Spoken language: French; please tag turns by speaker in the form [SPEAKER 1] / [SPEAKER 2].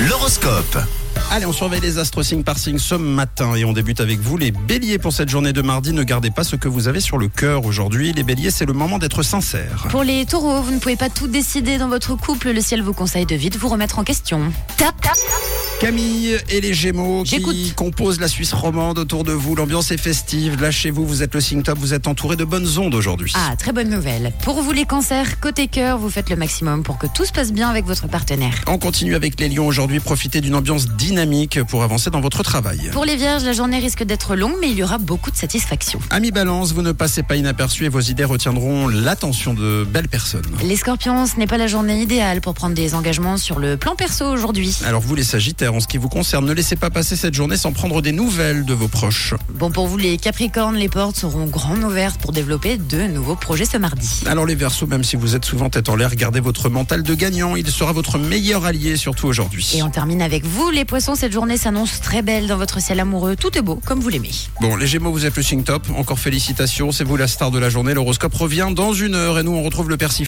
[SPEAKER 1] l'horoscope.
[SPEAKER 2] Allez, on surveille les astrosignes par signe ce matin et on débute avec vous les béliers pour cette journée de mardi. Ne gardez pas ce que vous avez sur le cœur aujourd'hui. Les béliers, c'est le moment d'être sincère.
[SPEAKER 3] Pour les taureaux, vous ne pouvez pas tout décider dans votre couple. Le ciel vous conseille de vite vous remettre en question. Tap, tap.
[SPEAKER 2] Camille et les Gémeaux qui
[SPEAKER 3] J'écoute.
[SPEAKER 2] composent la Suisse romande autour de vous. L'ambiance est festive. Lâchez-vous, vous êtes le signe top, vous êtes entouré de bonnes ondes aujourd'hui.
[SPEAKER 3] Ah, très bonne nouvelle. Pour vous, les cancers, côté cœur, vous faites le maximum pour que tout se passe bien avec votre partenaire.
[SPEAKER 2] On continue avec les lions aujourd'hui. Profitez d'une ambiance dynamique pour avancer dans votre travail.
[SPEAKER 3] Pour les vierges, la journée risque d'être longue, mais il y aura beaucoup de satisfaction.
[SPEAKER 2] Ami Balance, vous ne passez pas inaperçu et vos idées retiendront l'attention de belles personnes.
[SPEAKER 3] Les scorpions, ce n'est pas la journée idéale pour prendre des engagements sur le plan perso aujourd'hui.
[SPEAKER 2] Alors vous les Sagittaires, en ce qui vous concerne, ne laissez pas passer cette journée sans prendre des nouvelles de vos proches.
[SPEAKER 3] Bon, pour vous, les capricornes, les portes seront grandes ouvertes pour développer de nouveaux projets ce mardi.
[SPEAKER 2] Alors les Verseaux, même si vous êtes souvent tête en l'air, gardez votre mental de gagnant, il sera votre meilleur allié, surtout aujourd'hui.
[SPEAKER 3] Et on termine avec vous, les poissons, cette journée s'annonce très belle dans votre ciel amoureux. Tout est beau, comme vous l'aimez.
[SPEAKER 2] Bon, les Gémeaux, vous êtes le signe top, encore félicitations, c'est vous la star de la journée, l'horoscope revient dans une heure et nous on retrouve le Persif.